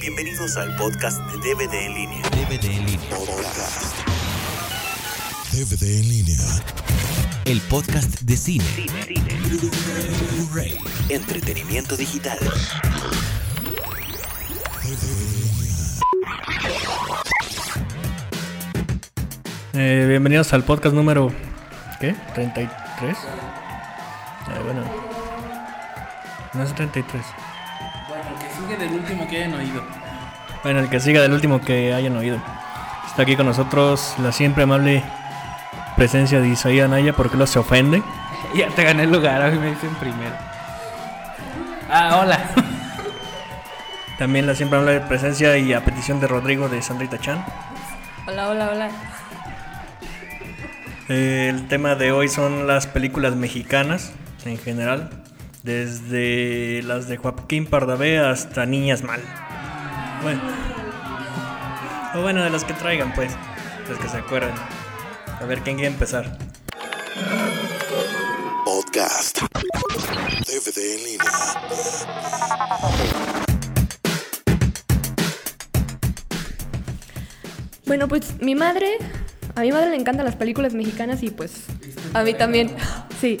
Bienvenidos al podcast de DVD en línea. DVD en línea. Podcast. DVD en línea. El podcast de cine, Cine, cine, Blu-ray, entretenimiento digital. Eh, bienvenidos al podcast número. ¿Qué? ¿33? Eh, bueno. No es 33. Bueno, el que sigue del último que hayan oído. Bueno, el que siga del último que hayan oído. Está aquí con nosotros la siempre amable presencia de Isaías Anaya, porque lo se ofende. Ya te gané el lugar, a mí me dicen primero. Ah, hola. También la siempre amable presencia y a petición de Rodrigo de Sandrita Chan. Hola, hola, hola. Eh, el tema de hoy son las películas mexicanas en general, desde las de Joaquín Pardavé hasta Niñas Mal. Bueno, o bueno, de las que traigan, pues, las que se acuerden. A ver quién quiere empezar. Podcast. DVD en línea. Bueno, pues mi madre, a mi madre le encantan las películas mexicanas y pues a mí también. Sí.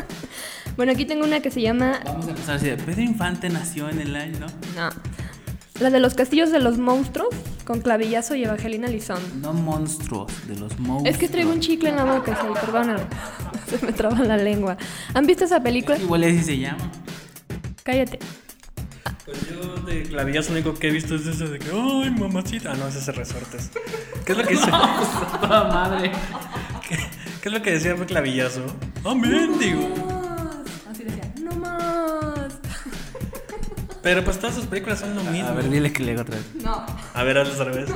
bueno, aquí tengo una que se llama Vamos a empezar así de Pedro Infante nació en el año, no, la de los castillos de los monstruos con Clavillazo y Evangelina Lizón. ¿no? No monstruos, de los monstruos. Es que traigo un chicle en la boca, sí, perdónalo. Se me traba la lengua. ¿Han visto esa película? Igual así se llama. Cállate. Pues yo de clavillazo lo único que he visto es eso de que, ay, mamacita. Ah, no, ese es resortes. ¿Qué es lo que dice? Toda madre. ¿Qué, qué es lo que decía fue clavillazo? ¡Ah, mendigo! Así decía, no más. Pero pues todas sus películas son lo mismo. A ver, dile que le haga otra vez. No. A ver, hazlo al revés.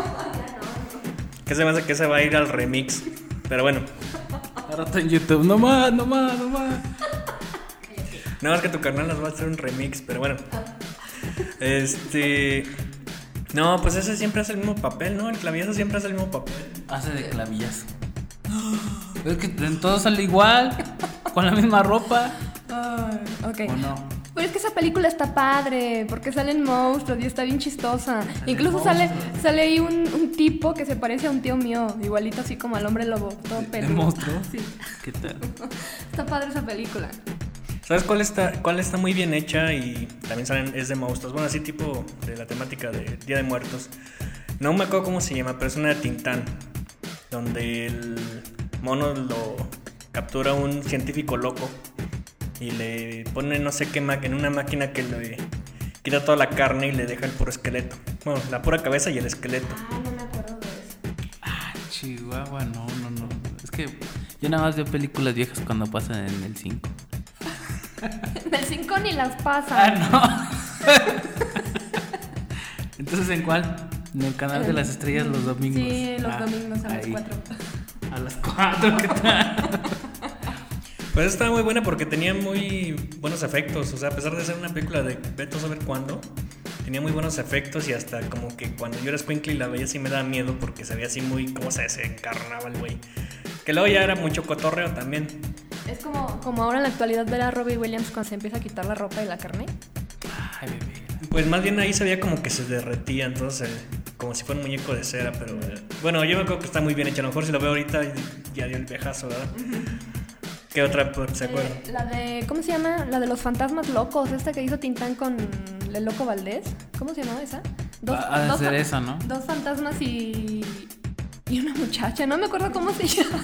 ¿Qué se me hace que se va a ir al remix? Pero bueno, Ahora está en YouTube. No más, no más, no más. nada más que tu carnal nos va a hacer un remix, pero bueno. Este. No, pues ese siempre hace el mismo papel, ¿no? El clavillazo siempre hace el mismo papel. Hace de clavillas. Es que en todo sale igual, con la misma ropa. Ay, ok. ¿O no? Pero es que esa película está padre, porque salen monstruos y está bien chistosa. Incluso sale, sale ahí un, un tipo que se parece a un tío mío, igualito así como al hombre lobo, todo ¿De- de peludo. monstruo? Sí. ¿Qué tal? Está padre esa película. ¿Sabes cuál está, cuál está muy bien hecha y también saben, es de monstruos? Bueno, así tipo de la temática de Día de Muertos. No me acuerdo cómo se llama, pero es una de Tintán, donde el mono lo captura un científico loco y le pone no sé qué ma- en una máquina que le quita toda la carne y le deja el puro esqueleto. Bueno, la pura cabeza y el esqueleto. Ah, no me acuerdo de eso. Chihuahua, no, no, no. Es que yo nada más veo películas viejas cuando pasan en el 5. Del 5 ni las pasa. Ah, no. Entonces, ¿en cuál? En el canal de las estrellas los domingos. Sí, los Ah, domingos a las ahí. 4. A las 4, ¿qué tal? Pues estaba muy buena porque tenía muy buenos efectos. O sea, a pesar de ser una película de Beto a saber cuándo, tenía muy buenos efectos y hasta como que cuando yo era squinkly la veía así me daba miedo porque se veía así muy, como se desencarnaba el güey. Que luego ya era mucho cotorreo también. Es como, como ahora en la actualidad ver a Robbie Williams cuando se empieza a quitar la ropa y la carne. Ay, bebé. Pues más bien ahí se veía como que se derretía, entonces, como si fuera un muñeco de cera, pero eh, bueno, yo me acuerdo que está muy bien hecho. A lo mejor si lo veo ahorita ya dio el viajazo, ¿verdad? ¿Qué otra pues, se acuerda? Eh, la de, ¿cómo se llama? La de los fantasmas locos, esta que hizo Tintán con el loco Valdés. ¿Cómo se llamaba esa? Ah, Ha- ha de ser fan- esa, ¿no? Dos fantasmas y. Y una muchacha, no me acuerdo cómo se llama.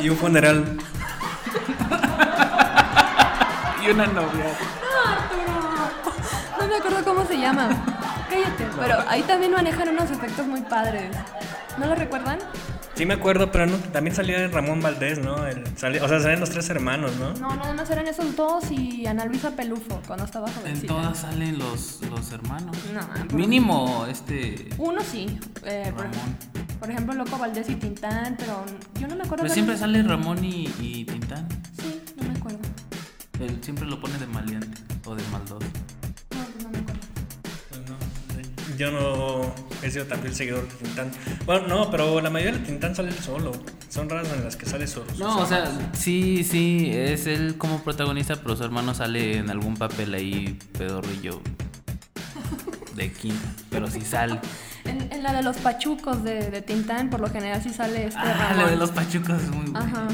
Y un funeral. Y una novia. No me acuerdo cómo se llama. Cállate. Pero ahí también manejan unos efectos muy padres. ¿No lo recuerdan? Sí me acuerdo, pero no, también salía Ramón Valdés, ¿no? El- salía- o sea, salían los tres hermanos, ¿no? No, nada más eran esos dos y Ana Luisa Pelufo cuando estaba En jovencita. todas salen los, los hermanos. No, por- Mínimo, este. Uno sí. eh, por, Ramón. por ejemplo, Loco Valdés y Tintán, pero yo no me acuerdo. Pero de- siempre sale Ramón y, y Tintán. Sí, no me acuerdo. Él siempre lo pone de maleante o de maldoso. No, pues no me acuerdo. Yo no he sido también seguidor de Tintán. Bueno, no, pero la mayoría de Tintán sale él solo. Son raras en las que sale solo. No, o sea, sí, sí, es él como protagonista, pero su hermano sale en algún papel ahí pedorrillo. de quinta, pero sí sale. En, en la de los pachucos de, de Tintán, por lo general sí sale este. Ah, Ramón. la de los pachucos es muy buena. Ajá.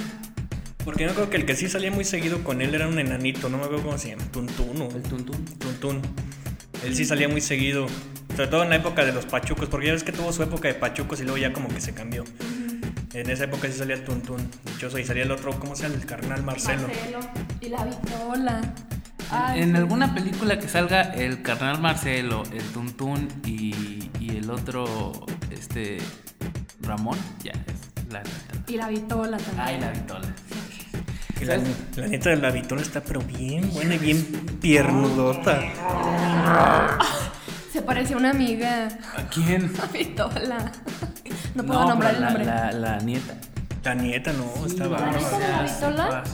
Porque yo creo que el que sí salía muy seguido con él era un enanito, no me acuerdo cómo se llama, Tuntún o El tuntún. Tuntún. Él sí salía muy seguido, sobre todo en la época de los pachucos, porque ya ves que tuvo su época de pachucos y luego ya como que se cambió. En esa época sí salía Tuntún, dichoso, y salía el otro, ¿cómo se llama? El carnal Marcelo. Marcelo. Y la vitola. Ay, En Ah, sí. alguna película que salga el carnal Marcelo, el Tuntún y, y el otro, este, Ramón, ya es la neta. Y la vitola también. Ay, la vitola. Que La, la neta de la Vitola está pero bien buena y bien piernudota. Se parece a una amiga. ¿A quién? La vitola. No puedo nombrar pero el nombre. la- La, la nieta. La nieta, no, está ¿La bárbara. neta de la vitola?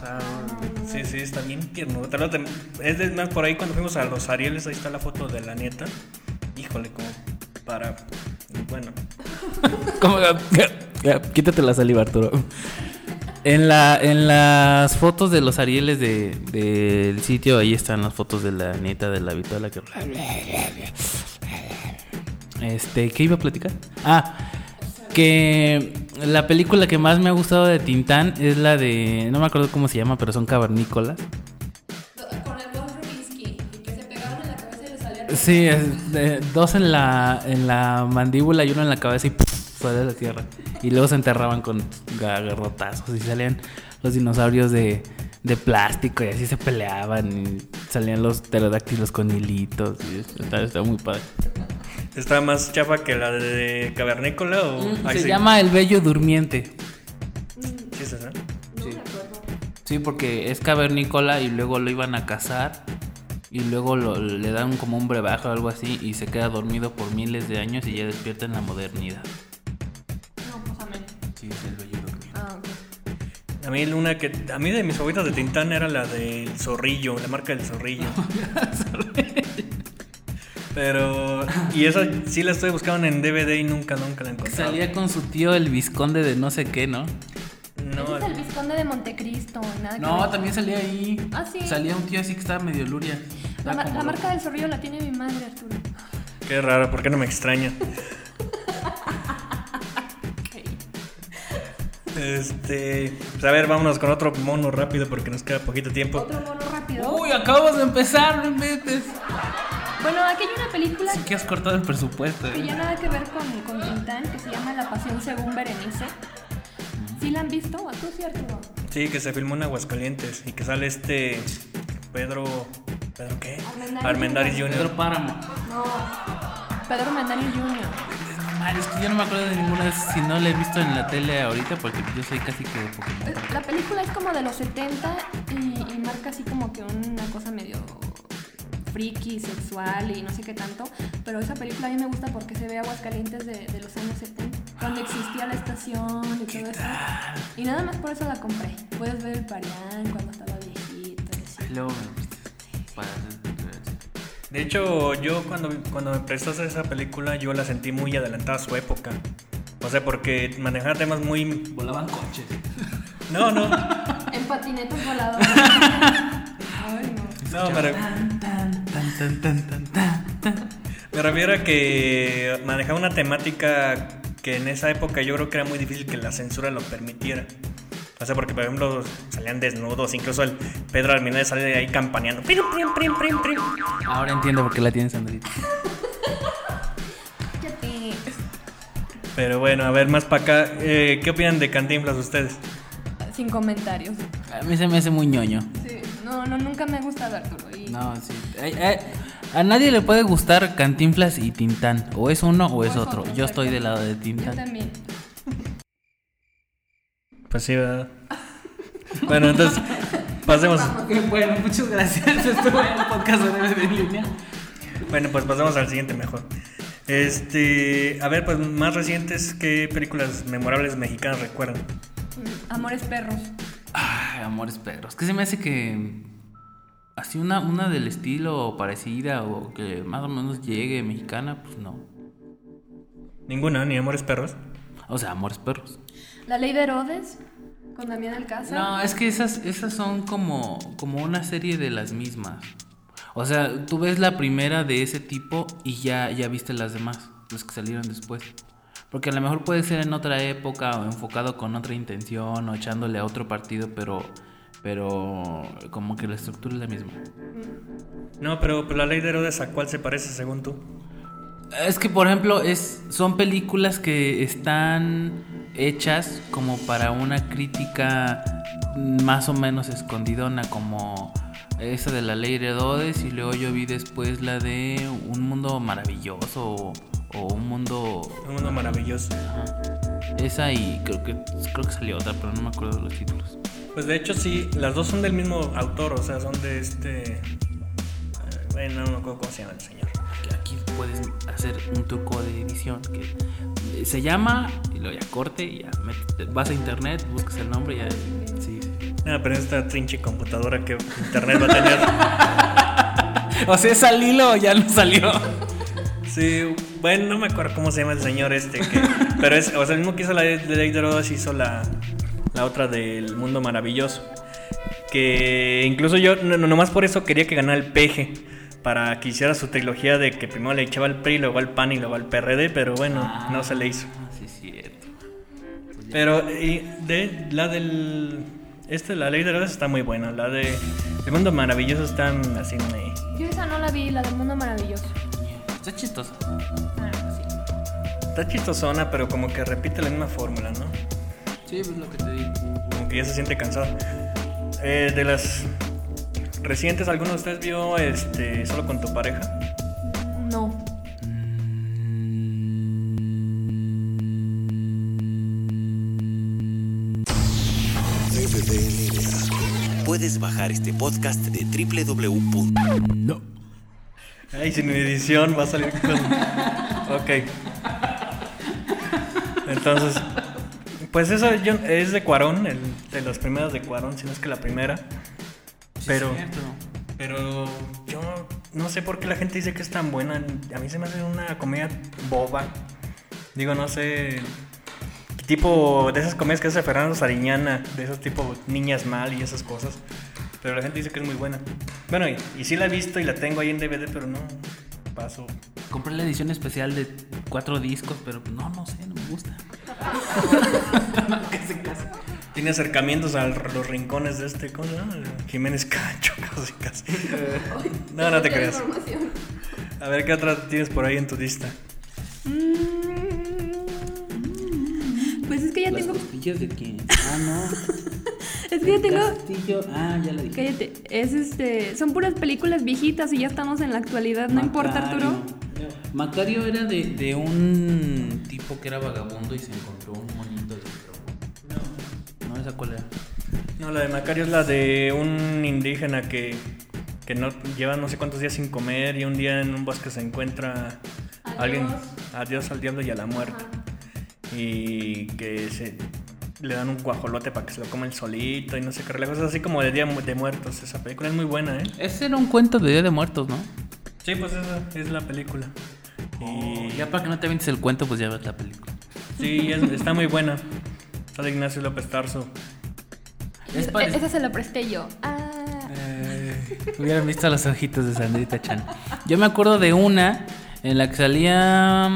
Sí, sí, está bien tierno. Tal vez te- Es de- más por ahí cuando fuimos a los Arieles, ahí está la foto de la nieta. Híjole, como para. Bueno, ¿Cómo? Quítate la saliva, Arturo. En, la, en las fotos de los arieles de- del sitio, ahí están las fotos de la nieta de la vitola que... Este, ¿qué iba a platicar? Ah, que la película que más me ha gustado de Tintán es la de... No me acuerdo cómo se llama, pero son cavernícolas. Con el Don Rubinsky. Y que se pegaron en la cabeza y le salía. Sí, es de- dos en la, en la mandíbula y uno en la cabeza y sale a la tierra. Y luego se enterraban con ga- garrotazos y salían los dinosaurios de, de plástico y así se peleaban y salían los pterodáctilos con hilitos. Y está, está muy padre. ¿está más chafa que la de Cavernícola o Ay, se sí. llama El Bello Durmiente. Sí, es esa. Sí, porque es cavernícola y luego lo iban a cazar y luego lo- le dan como un brebaje o algo así y se queda dormido por miles de años y ya despierta en la modernidad. No, pues amén. Sí, es el bello durmiente. Ah, ok. A mí, una que, a mí de mis favoritas de Tintán era la del Zorrillo, la marca del Zorrillo. Pero. Y esa sí la estoy buscando en DVD y nunca, nunca la encontré. Salía con su tío el visconde de no sé qué, ¿no? No, Ese es el vizconde de Montecristo. Nada que No, ver. también salía ahí. Ah, sí. Salía un tío así que estaba medio luria. La, Estaba mar- como la loco. marca del zorrillo la tiene mi madre, Arturo. qué raro, ¿por qué no me extraña? Este, pues a ver, vámonos con otro mono rápido porque nos queda poquito tiempo. Otro mono rápido. Uy, acabamos de empezar, no inventes. Bueno, aquí hay una película Así que has cortado el presupuesto. que ¿eh? ya nada que ver con, con Tintán, que se llama La Pasión según Berenice. ¿Sí la han visto? ¿A tú sí, Arturo? Sí, que se filmó en Aguascalientes y que sale este Pedro. ¿Pedro qué? Armendáriz. Armendáriz Jr. Pedro Páramo. No. Pedro Mandario Jr. No mames, es que yo no me acuerdo de ninguna si no la he visto en la tele ahorita porque yo soy casi que de Pokémon. Es- La película es como de los 70 y, y marca así como que una cosa medio friki, sexual y no sé qué tanto. Pero esa película a mí me gusta porque se ve Aguascalientes de, de los años 70, cuando existía la estación y todo eso. Y nada más por eso la compré. Puedes ver el Parián cuando estaba viejito. y así. Y luego me lo prestas. Para hacer- De hecho, yo cuando, cuando me prestaste esa película, yo la sentí muy adelantada a su época. O sea, porque manejaba temas muy. Volaban coches. No, no. En patinetas voladoras. Ay, no. No, pero Tan, tan, tan, tan, tan, tan, tan, tan. me refiero a que manejaba una temática que en esa época yo creo que era muy difícil que la censura lo permitiera. O sea, porque por ejemplo salían desnudos, incluso el Pedro Armináez sale ahí campaneando. Prim, prim, prim, prim, prim. Ahora entiendo por qué la tiene Sandrita. Cállate. Pero bueno, a ver, más para acá. eh, ¿Qué opinan de Cantinflas ustedes? Sin comentarios. A mí se me hace muy ñoño. Sí. No, no, nunca me ha gustado Arturo. Y No, sí. Ay, ay, a nadie le puede gustar Cantinflas y Tintán. O es uno o es es otro. otro, Yo estoy del lado de Yo Tintán. también. Pues sí, ¿verdad? bueno, entonces, pasemos. Bueno, muchas gracias. Estuve en el podcast de en línea. Bueno, pues pasemos al siguiente mejor. Este, a ver, pues más recientes, ¿qué películas memorables mexicanas recuerdan? Mm, Amores perros. Ay, amores perros. Que se me hace que. Así una, una del estilo parecida o que más o menos llegue mexicana, pues no. Ninguna, ni Amores Perros. O sea, amores perros. La ley de Herodes con Damián Alcázar. No, es que esas, esas son como, como una serie de las mismas. O sea, tú ves la primera de ese tipo y ya, ya viste las demás, las que salieron después. Porque a lo mejor puede ser en otra época o enfocado con otra intención o echándole a otro partido, pero, pero como que la estructura es la misma. No, pero, pero la ley de Herodes a cuál se parece según tú. Es que, por ejemplo, es, son películas que están hechas como para una crítica más o menos escondidona, como esa de la ley de Herodes, y luego yo vi después la de Un Mundo Maravilloso o, o Un Mundo... Un mundo maravilloso. Esa y creo que, creo que salió otra, pero no me acuerdo de los títulos. Pues de hecho sí, las dos son del mismo autor, o sea, son de este... eh, Bueno, no me acuerdo cómo se llama el señor. Que Aquí puedes hacer un truco de edición que eh, se llama, y luego ya corte, y ya métete- vas a internet, buscas el nombre y ya... Sí, sí. Ah, pero esta trinche computadora que internet va a tener. O sea, es al hilo, ya no salió. Sí, bueno, no me acuerdo cómo se llama el señor este. que- pero es, o sea, el mismo que hizo la de Ley de Herodes hizo la, la otra del Mundo Maravilloso. Que incluso yo, no- no- nomás por eso quería que ganara el peje. Para que hiciera su trilogía de que primero le echaba al PRI, luego al PAN y luego al PRD, pero bueno, no se le hizo. sí, es cierto. Pero y de la del. Este, la ley de Herodes está muy buena. La de. El mundo maravilloso está así. me- Yo esa no la vi, la del mundo maravilloso. Está chistoso. Ah, sí. Está chistosona, pero como que repite la misma fórmula, ¿no? Sí, pues lo que te digo. Como que ya se siente cansado. Eh, de las recientes, ¿alguno de ustedes vio este, solo con tu pareja? No. DVD en línea. Puedes bajar este podcast de www. Ay, sin edición va a salir con. Ok. Entonces. Pues eso yo- es de Cuarón, el- de las primeras de Cuarón, si no es que la primera. Pero. Pero yo no sé por qué la gente dice que es tan buena. A mí se me hace una comedia boba. Digo, no sé. Tipo de esas comedias que hace Fernando Sariñana, de esos tipo niñas mal y esas cosas. Pero la gente dice que es muy buena. Bueno, y, y sí la he visto y la tengo ahí en DVD, pero no paso. Compré la edición especial de cuatro discos, pero pues, no, no sé, no me gusta. Tiene acercamientos a los rincones de este, ¿cómo se llama? Jiménez Cacho, casi casi. No, no te creas. Información. A ver, ¿qué otra tienes por ahí en tu lista? Mm. Pues es que ya tengo. costillas de quién? Ah, no. Es que ya tengo. Castillo. Ah, ya lo Cállate. Es este. Son puras películas viejitas y ya estamos en la actualidad. No importa, Macario. Arturo. Macario era de, de un tipo que era vagabundo y se encontró un monito dentro. No. No, esa cuál era. No, la de Macario es la de un indígena que, que no lleva no sé cuántos días sin comer y un día en un bosque se encuentra Adiós. alguien, adiós al diablo y a la muerte. Y que se le dan un guajolote para que se lo coma el solito y no sé qué relajos. Es así como de Día Mu- de Muertos. Esa película es muy buena, ¿eh? Ese era un cuento de Día de Muertos, ¿no? Sí, pues esa es la película. Y Ya para que no te vientes el cuento, pues ya ves la película. sí, es- está muy buena. Sale Ignacio López Tarso. Es Eh, E- parec- Esa se la presté yo. Ah. Hubieran visto los ojitos de Sandrita Chan. Yo me acuerdo de una en la que salía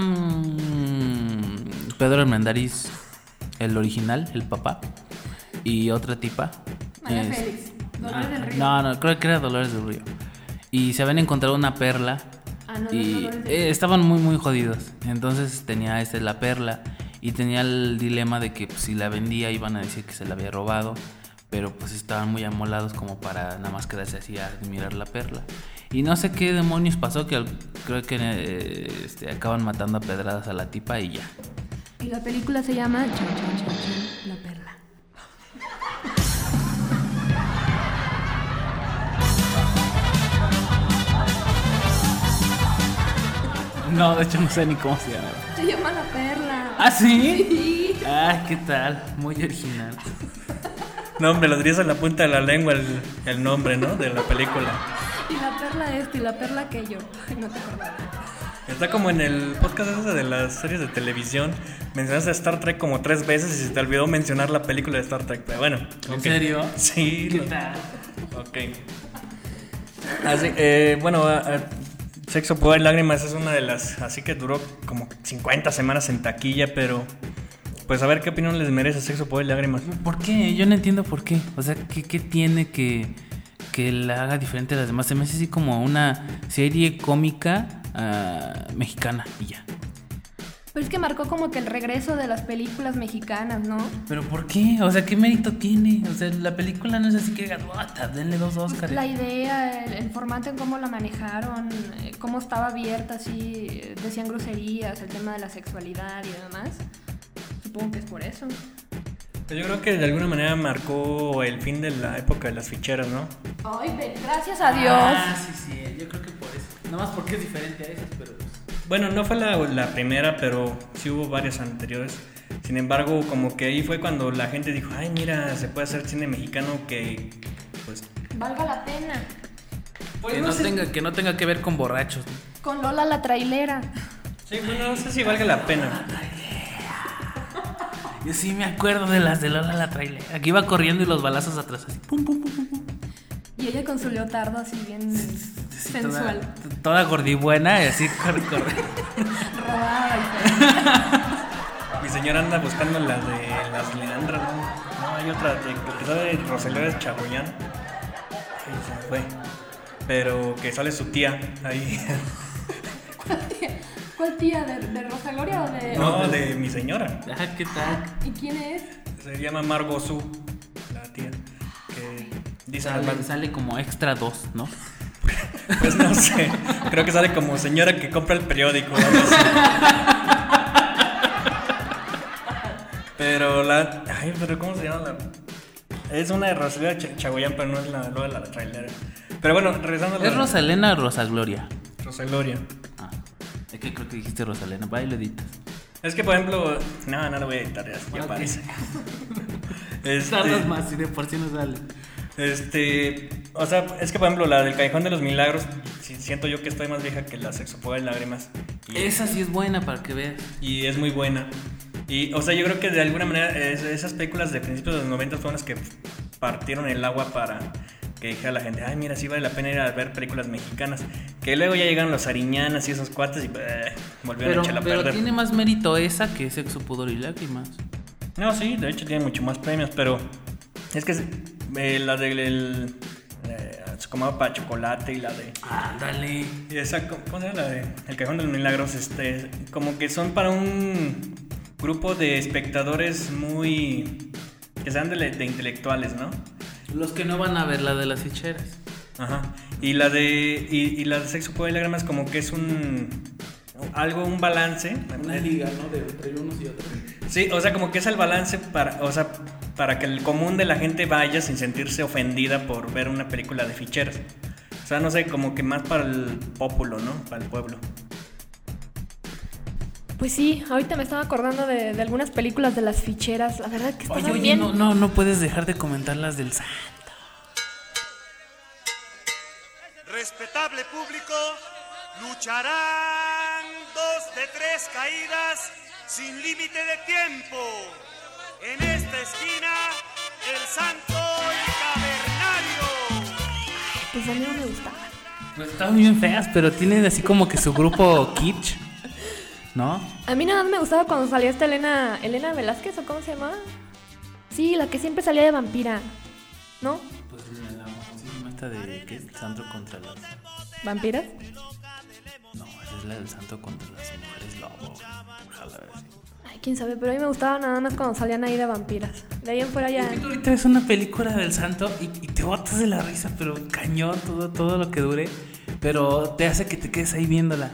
mm, Pedro Hernández, el original, el papá, y otra tipa. este, María Es- Ah, Félix. Dolores del Río. No, no, creo que era Dolores del Río. Y se habían encontrado una perla. Ah, no, no, y Dolores del eh, estaban muy, muy jodidos. Entonces tenía este, la perla. Y tenía el dilema de que pues, si la vendía iban a decir que se la había robado. Pero pues estaban muy amolados como para nada más quedarse así a mirar la perla. Y no sé qué demonios pasó, que al- creo que eh, este, acaban matando a pedradas a la tipa y ya. Y la película se llama Chan, chan, chan, chan, La Perla. No, de hecho no sé ni cómo se llama. Se llama La Perla. ¿Ah, sí? Sí. Ah, ¿qué tal? Muy original. No, hombre, lo dirías en la punta de la lengua el, el nombre, ¿no? De la película. Y la perla esto y la perla aquello. Ay, No te acordaba. Está como en el podcast ese de las series de televisión. Mencionaste a Star Trek como tres veces y se te olvidó mencionar la película de Star Trek. Pero bueno, ¿En serio? sí. ¿Qué lo- tal? Ok. Así, eh, bueno, a- a- Sexo, Poder y Lágrimas es una de las. Así que duró como 50 semanas en taquilla, pero. Pues a ver qué opinión les merece Sexo, Poder y Lágrimas. ¿Por qué? Yo no entiendo por qué. O sea, ¿qué, qué tiene que, que la haga diferente a las demás? Se me hace así como una serie cómica ah, mexicana y ya. Pero es que marcó como que el regreso de las películas mexicanas, ¿no? ¿Pero por qué? O sea, ¿qué mérito tiene? O sea, la película no es así que digas, "Bota, denle dos Óscares. La idea, el, el formato en cómo la manejaron, eh, cómo estaba abierta, así, eh, decían groserías, el tema de la sexualidad y demás. Supongo que es por eso. Yo creo que de alguna manera marcó el fin de la época de las ficheras, ¿no? Ay, ve- gracias a Dios. Ah, sí, sí, yo creo que por eso. Nada más porque es diferente a esas, pero pues, Bueno, no fue la, la primera, pero sí hubo varias anteriores. Sin embargo, como que ahí fue cuando la gente dijo, ay, mira, se puede hacer cine mexicano que, pues, Valga la pena. que, no tenga, que no tenga que ver con borrachos. Con Lola la trailera. sí, bueno, no sé si valga la pena. Yo sí me acuerdo de las de Lola la trailer. Aquí iba corriendo y los balazos atrás así. Pum, pum, pum, pum, pum. Y ella con su leotardo así bien Sí, sensual. Toda, toda gordibuena y así corre, corre. Robada y Mi señora anda buscando la de las Leandras, ¿no? No, hay otra, de, que sale de Rosalía de Chagoyán. Ay, se me fue. Pero que sale su tía ahí. ¿Cuál tía? ¿Cuál tía? ¿De, de Rosa Gloria o de.? No, de mi señora. Ah, ¿qué tal? ¿Y quién es? Se llama Margot Su, la tía. Que dice Sale, sale como extra dos, ¿no? Pues no sé. Creo que sale como señora que compra el periódico. o algo así. Pero la. Ay, pero ¿cómo se llama la.? Es una de Rosalía Ch- Chagoyán, pero no es la, lo de la trailera. Pero bueno, regresando a la. ¿Es Rosalena o Rosagloria? Roseloria. Ah, es que creo que dijiste Rosalena. Va y lo editas. Es que, por ejemplo. No, no lo voy a editar, ya, ya Ok. aparece. Este- Tardas más y de por sí no sale. Este, o sea, es que por ejemplo la del Callejón de los Milagros, si- siento yo que estoy más vieja que la Sexopoda de Lágrimas. Y, Esa sí es buena para que veas. y es muy buena. Y, o sea, yo creo que de alguna manera es- esas películas de principios de los 90 fueron las que partieron el agua para que dijera la gente, ay, mira, sí vale la pena ir a ver películas mexicanas. Que luego ya llegaron los Ariñanas y esos cuates y eh, volvieron Pero, a echarla a pero perder. tiene más mérito esa que sexo, pudor y lágrimas. No, sí, de hecho tiene mucho más premios, pero es que eh, la del. el, eh, se comaba para chocolate y la de. Ándale. Y esa, ¿cómo cómo se llama la de El Cajón de los Milagros? Este, como que son para un grupo de espectadores muy. que sean de, de intelectuales, ¿no? Los que no van a ver la de las ficheras. Ajá. Y la de. y, y la de Sexo, Poder y Lágrimas, como que es un. algo, un balance. liga, ¿no? De entre unos y otros. Sí, o sea, como que es el balance para. o sea, para que el común de la gente vaya sin sentirse ofendida por ver una película de ficheras. O sea, no sé, como que más para el populo, ¿no? Para el pueblo. Pues sí, ahorita me estaba acordando de, de algunas películas de las ficheras. La verdad que estaban Oye, oye, bien. no, no, no puedes dejar de comentar las del SAT. Respetable público, lucharán dos de tres caídas sin límite de tiempo. En esta esquina, el santo y cavernario. Pues a mí no me gustaba. Pues estaban bien feas, pero tienen así como que su grupo kitsch, ¿no? A mí nada más me gustaba cuando salía esta Elena. ¿Elena Velázquez o cómo se llamaba? Sí, la que siempre salía de vampira. ¿No? Pues la famosísima esta de que es santo contra las. ¿Vampiras? No, esa Pues es la del santo contra las mujeres lobo. Ojalá. Ay, quién sabe, pero a mí me gustaba nada más cuando salían ahí de vampiras. De ahí en fuera ya. Tú ahorita ves una película del santo y, y te botas de la risa, pero cañón, todo, todo lo que dure. Pero te hace que te quedes ahí viéndola.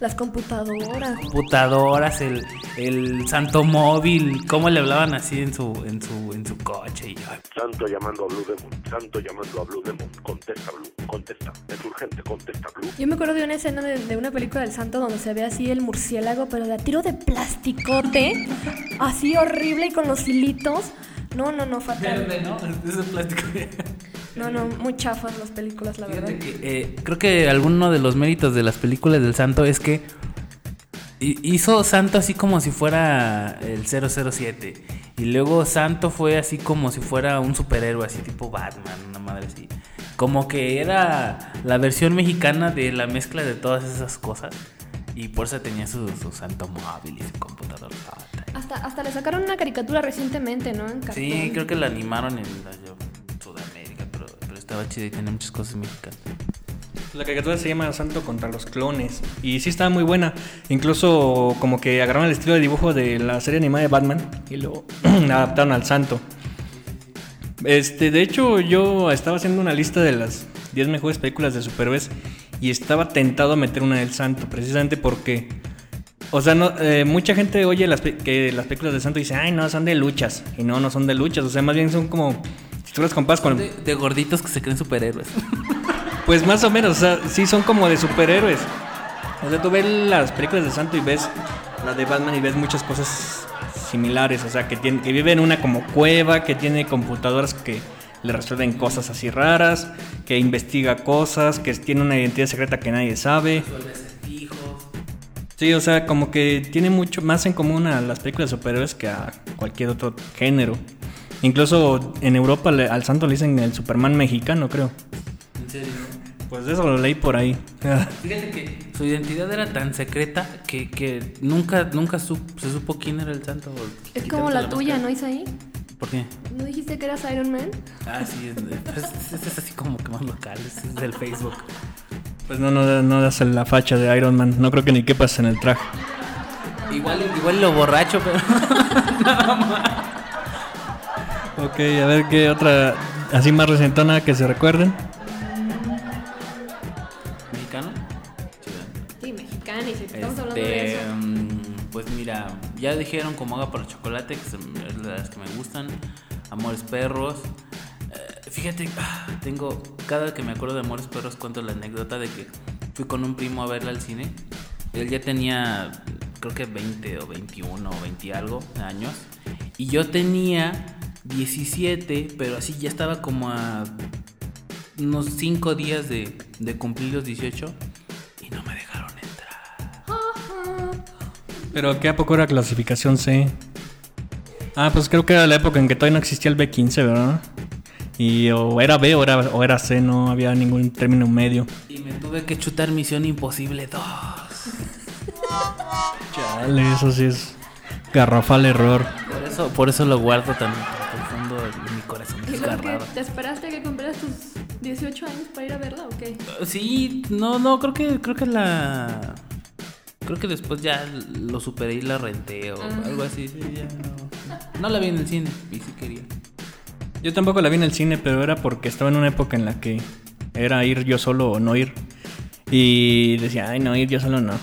Las computadoras. Computadoras, el, el santo móvil, cómo le hablaban así en su, en su, en su coche. Y yo, Santo llamando a Blue Demon, Santo llamando a Blue Demon, contesta Blue, contesta, es urgente, contesta Blue. Yo me acuerdo de una escena de, de una película del santo donde se ve así el murciélago, pero de a tiro de plasticote. Así horrible y con los hilitos. No, no, no, fatal. Verde, ¿no? Ese plástico. No, no, muy chafas las películas, la verdad. Fíjate que, eh, creo que alguno de los méritos de las películas del Santo es que hi- hizo Santo así como si fuera el 007. Y luego Santo fue así como si fuera un superhéroe, así tipo Batman, una madre así. Como que era la versión mexicana de la mezcla de todas esas cosas. Y por eso tenía su, su santo móvil y su computadora. Hasta, hasta le sacaron una caricatura recientemente, ¿no? En cartón. Sí, creo que la animaron en la- yo- Sudamérica, pero, pero estaba chida y tenía muchas cosas mexicanas. La caricatura se llama Santo contra los clones y sí estaba muy buena. Incluso como que agarraron el estilo de dibujo de la serie animada de Batman y lo adaptaron al Santo. Este, de hecho, yo estaba haciendo una lista de las 10 mejores películas de superhéroes y estaba tentado a meter una del Santo, precisamente porque, o sea, no, eh, mucha gente oye las, pe- que las películas del Santo y dice, ay, no, son de luchas. Y no, no son de luchas, o sea, más bien son como, si tú las comparas con... De, de gorditos que se creen superhéroes. Pues más o menos, o sea, sí son como de superhéroes. O sea, tú ves las películas de Santo y ves la de Batman y ves muchas cosas similares. O sea, que, tiene, que vive en una como cueva, que tiene computadoras que le resuelven cosas así raras, que investiga cosas, que tiene una identidad secreta que nadie sabe. Sí, o sea, como que tiene mucho más en común a las películas de superhéroes que a cualquier otro género. Incluso en Europa le- al Santo le dicen el Superman mexicano, creo. En serio. Pues de eso lo leí por ahí. Fíjate que su identidad era tan secreta que, que nunca, nunca su- se supo quién era el santo. Es como la tuya, ¿no, Isaí? ¿no? ¿Por qué? ¿No dijiste que eras Iron Man? Ah, sí, es, es- es- es así como que más local, es, es del Facebook. Pues no, no, no das la facha de Iron Man. No creo que ni quepas en el traje. Igual, igual lo borracho, pero... Ok, a ver qué otra así más recentona que se recuerden. ¿Mexicano? Sí, mexicana, y si estamos hablando de Este, eso. mm, pues mira, ya dijeron como haga para el chocolate, que son las que me gustan. Amores perros. Eh, fíjate, ah, tengo, cada que me acuerdo de Amores perros cuento la anécdota de que fui con un primo a verla al cine. Él ya tenía, creo que 20 o 21 o 20 y algo años. Y yo tenía 17, pero así ya estaba como a unos 5 días de, de cumplir los 18 y no me dejaron entrar. Pero ¿qué a poco era clasificación C? Ah, pues creo que era la época en que todavía no existía el B15, ¿verdad? Y o era B o era, o era C, no había ningún término medio. Y me tuve que chutar Misión Imposible 2. Chale, eso sí es garrafal error. Por eso, por eso lo guardo tan tan profundo en mi corazón ¿Y luego qué? desgarrado. ¿Te esperaste a que cumplieras tus 18 años para ir a verla o qué? Sí, no, no, creo que, creo que la. Creo que después ya lo superé y la renté o algo así. sí, ya no. No la vi en el cine, y sí quería. Yo tampoco la vi en el cine, pero era porque estaba en una época en la que era ir yo solo o no ir. Y decía, ay, no, ir yo solo no.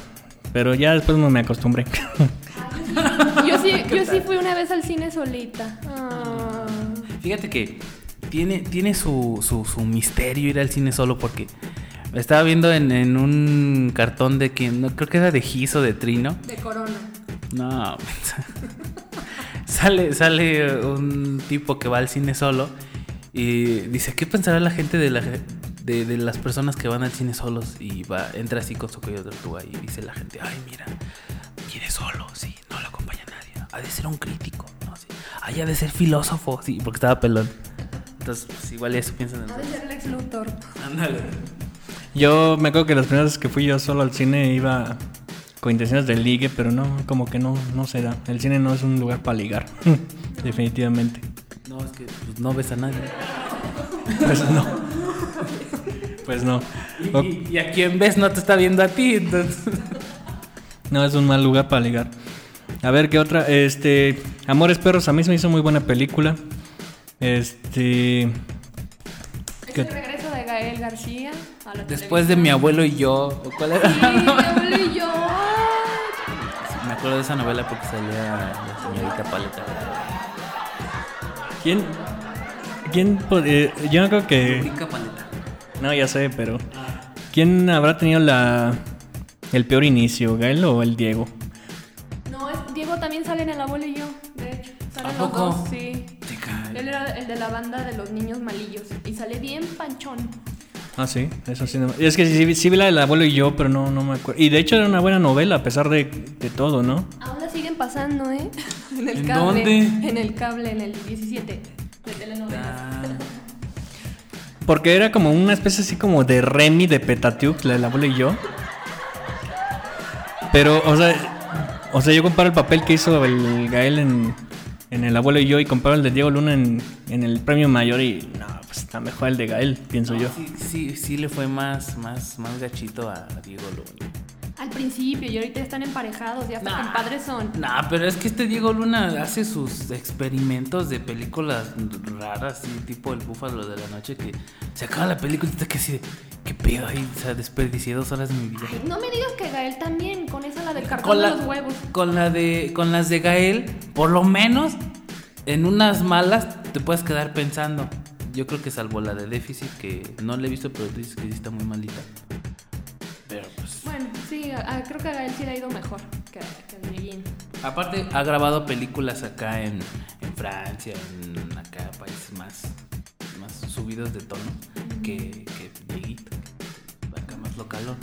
Pero ya después me acostumbré. Yo sí, yo sí fui una vez al cine solita. Ah. Fíjate que tiene, tiene su, su, su misterio ir al cine solo porque estaba viendo en, en un cartón de quien, no, creo que era de Giz o de Trino. De corona. No. sale, sale un tipo que va al cine solo y dice, ¿qué pensará la gente de, la, de, de las personas que van al cine solos? Y va, entra así con su cuello de tortuga y dice la gente, ay, mira, viene solo, sí, no lo acompaña nadie. Ha de ser un crítico, ¿no? Sí. Ay, ha de ser filósofo, sí, porque estaba pelón. Entonces, pues, igual eso piensan en Ha de ser Lex Luthor. Ándale. yo me acuerdo que las primeras veces que fui yo solo al cine iba con intenciones de ligue, pero no, como que no, no se da. El cine no es un lugar para ligar, definitivamente. No, es que pues, no ves a nadie. Pues no. Pues no. Y, O- y- y a quien ves no te está viendo a ti, entonces... No, es un mal lugar para ligar. A ver, ¿qué otra? Este, Amores Perros, a mí se me hizo muy buena película. Este, Es ¿Qué? el regreso de Gael García a la Después de mi televisión. abuelo y yo, ¿o ¿cuál era? Sí, mi abuelo y yo. Me acuerdo de esa novela porque salía la señorita Paleta. ¿quién? ¿Quién? pod- eh, yo no creo que... Brinca Paleta. No, ya sé, pero... ¿Quién habrá tenido la... El peor inicio, Gael o el Diego? No, es- Diego también sale en el abuelo y yo, de hecho. Salen ¿A los poco? dos, sí. Te cae. Él era el de la banda de los niños malillos y sale bien panchón. Ah, sí, eso sí. no- Es que sí, sí vi la del abuelo y yo, pero no, no me acuerdo. Y de hecho era una buena novela, a pesar de, de todo, ¿no? Aún la siguen pasando, ¿eh? En el ¿En cable. dónde? En el cable, en el 17 de telenovelas. Ah, Porque era como una especie así como de Remy de Petatiux, la de la abuela y yo. Pero, o sea, o sea, yo comparo el papel que hizo el Gael en, en El abuelo y yo y comparo el de Diego Luna en, en el premio mayor y no, pues está mejor el de Gael, pienso yo. Sí, sí, sí le fue más, más, más gachito a Diego Luna. Al principio, y ahorita están emparejados, ya hasta Nah. compadres son. Nah, pero es que este Diego Luna hace sus experimentos de películas raras, así, tipo El Búfalo de la Noche, que se acaba la película y te casi, ¿qué pedo ahí? O sea, desperdicié dos horas de mi vida. Ay, no me digas que Gael también, con esa la del cartón con, de la- los huevos. con la de con las de Gael, por lo menos en unas malas te puedes quedar pensando. Yo creo que salvo la de déficit que no la he visto, pero tú dices que sí está muy malita. Pero pues Bueno, sí, a- a- creo que a Gael sí le ha ido mejor que, que a Dieguín. aparte ha grabado películas acá en, en Francia, en acá países más más subidos de tono que que Dieguito, acá más localón.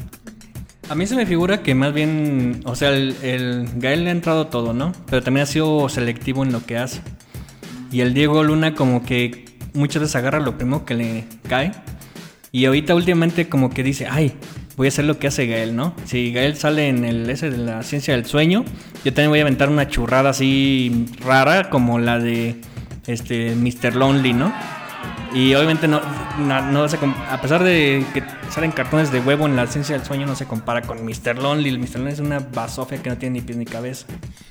A mí se me figura que más bien, o sea, el, el Gael le ha entrado todo, ¿no? Pero también ha sido selectivo en lo que hace. Y el Diego Luna como que muchas veces agarra lo primero que le cae. Y ahorita últimamente como que dice, ay, voy a hacer lo que hace Gael, ¿no? Si Gael sale en el ese de la ciencia del sueño, yo también voy a aventar una churrada así rara como la de este Mr. Lonely, ¿no? Y obviamente no, no, no se com- a pesar de que salen cartones de huevo en la ciencia del sueño, no se compara con Mr. Lonely. El Mr. Lonely es una basofia que no tiene ni pies ni cabeza.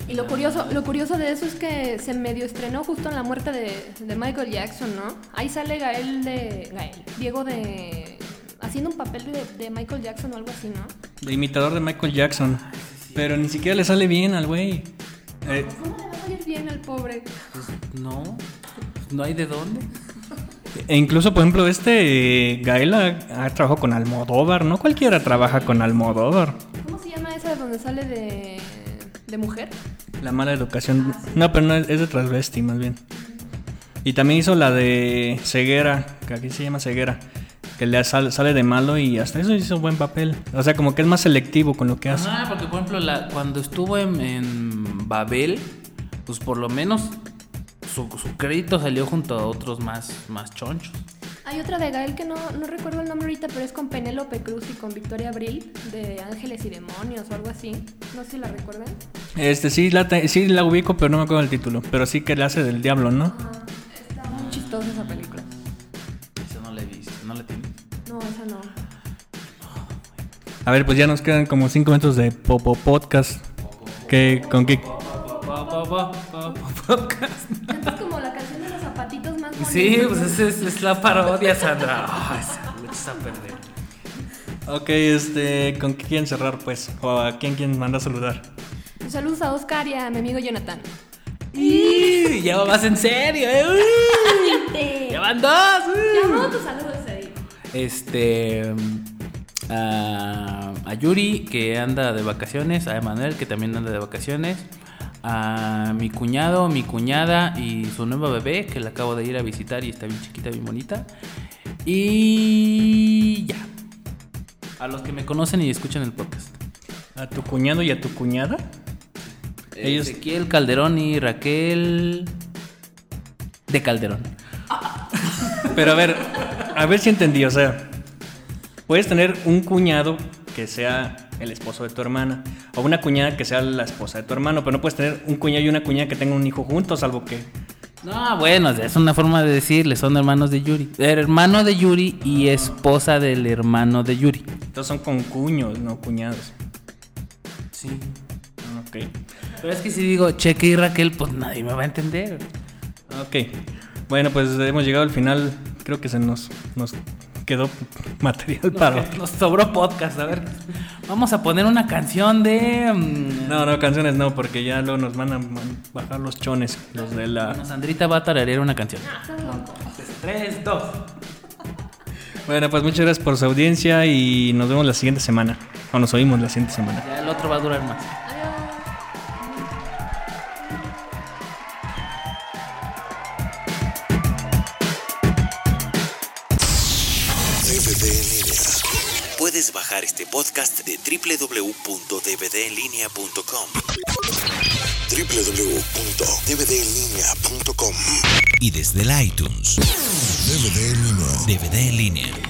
Y lo curioso, lo curioso de eso es que se medio estrenó justo en la muerte de, de Michael Jackson, ¿no? Ahí sale Gael de. Gael. Diego de. haciendo un papel de, de Michael Jackson o algo así, ¿no? De imitador de Michael Jackson. Pero ni siquiera le sale bien al güey. Eh, ¿Cómo le va a salir bien al pobre? No, no hay de dónde. e incluso, por ejemplo, este eh, Gael ha, ha trabajado con Almodóvar. No cualquiera trabaja con Almodóvar. ¿Cómo se llama esa donde sale de. de mujer? La mala educación. No, pero no es es de transvesti, más bien. Y también hizo la de Ceguera, que aquí se llama Ceguera, que le sal- sale de malo y hasta eso hizo buen papel. O sea, como que es más selectivo con lo que hace. Ah, porque por ejemplo, la- cuando estuvo en, en Babel, pues por lo menos su, su crédito salió junto a otros más, más chonchos. Hay otra de Gael que no, no recuerdo el nombre ahorita, pero es con Penélope Cruz y con Victoria Abril, de Ángeles y Demonios o algo así. No sé si la recuerdan. Este sí la, te- sí la ubico, pero no me acuerdo el título. Pero sí que le hace del diablo, ¿no? Ah, Está muy chistosa esa película. Esa no la he visto, no la tiene. No, esa no. A ver, pues ya nos quedan como cinco minutos de Popo Podcast. ¿Qué, ¿Con qué? Cantas como la canción de los zapatitos más bonitos. Sí, pues esa es, es la parodia, Sandra. Ay, esa- me echas a perder. Ok, este, ¿con qué quieren cerrar, pues? ¿O a quién quieren mandar a saludar? Un Saludos a Oscar y a mi amigo Jonathan. Y ya vas en serio, ¿eh? Uy, ya van dos. uy. Llamó tus saludos, Eddie. Este. A, a Yuri, que anda de vacaciones. A Emanuel, que también anda de vacaciones. A mi cuñado, mi cuñada y su nueva bebé, que la acabo de ir a visitar y está bien chiquita, bien bonita. Y ya. A los que me conocen y escuchan el podcast. ¿A tu cuñado y a tu cuñada? Ellos- Ezequiel Calderón y Raquel. De Calderón. Pero a ver, a ver si entendí, o sea, puedes tener un cuñado que sea el esposo de tu hermana, o una cuñada que sea la esposa de tu hermano, pero no puedes tener un cuñado y una cuñada que tengan un hijo juntos, salvo que... No, bueno, es una forma de decirle, son hermanos de Yuri. Hermano de Yuri y esposa del hermano de Yuri. Entonces son con cuños, no cuñados. Sí. Ok. Pero es que si digo Cheque y Raquel, pues nadie me va a entender. Ok. Bueno, pues hemos llegado al final. Creo que se nos, nos quedó material para... otro. Nos sobró podcast, a ver. Vamos a poner una canción de... mm, No, no, canciones no, porque ya luego nos van a man- bajar los chones, los de Bueno, la... Sandrita va a tararear una canción. Tres, dos. Bueno, pues muchas gracias por su audiencia y nos vemos la siguiente semana. O nos oímos la siguiente semana. Ya el otro va a durar más. DVD en línea. Puedes bajar este podcast de www.dvdenlinea.com. www.dvdenlinea.com y desde el iTunes. DVD en línea. DVD en línea.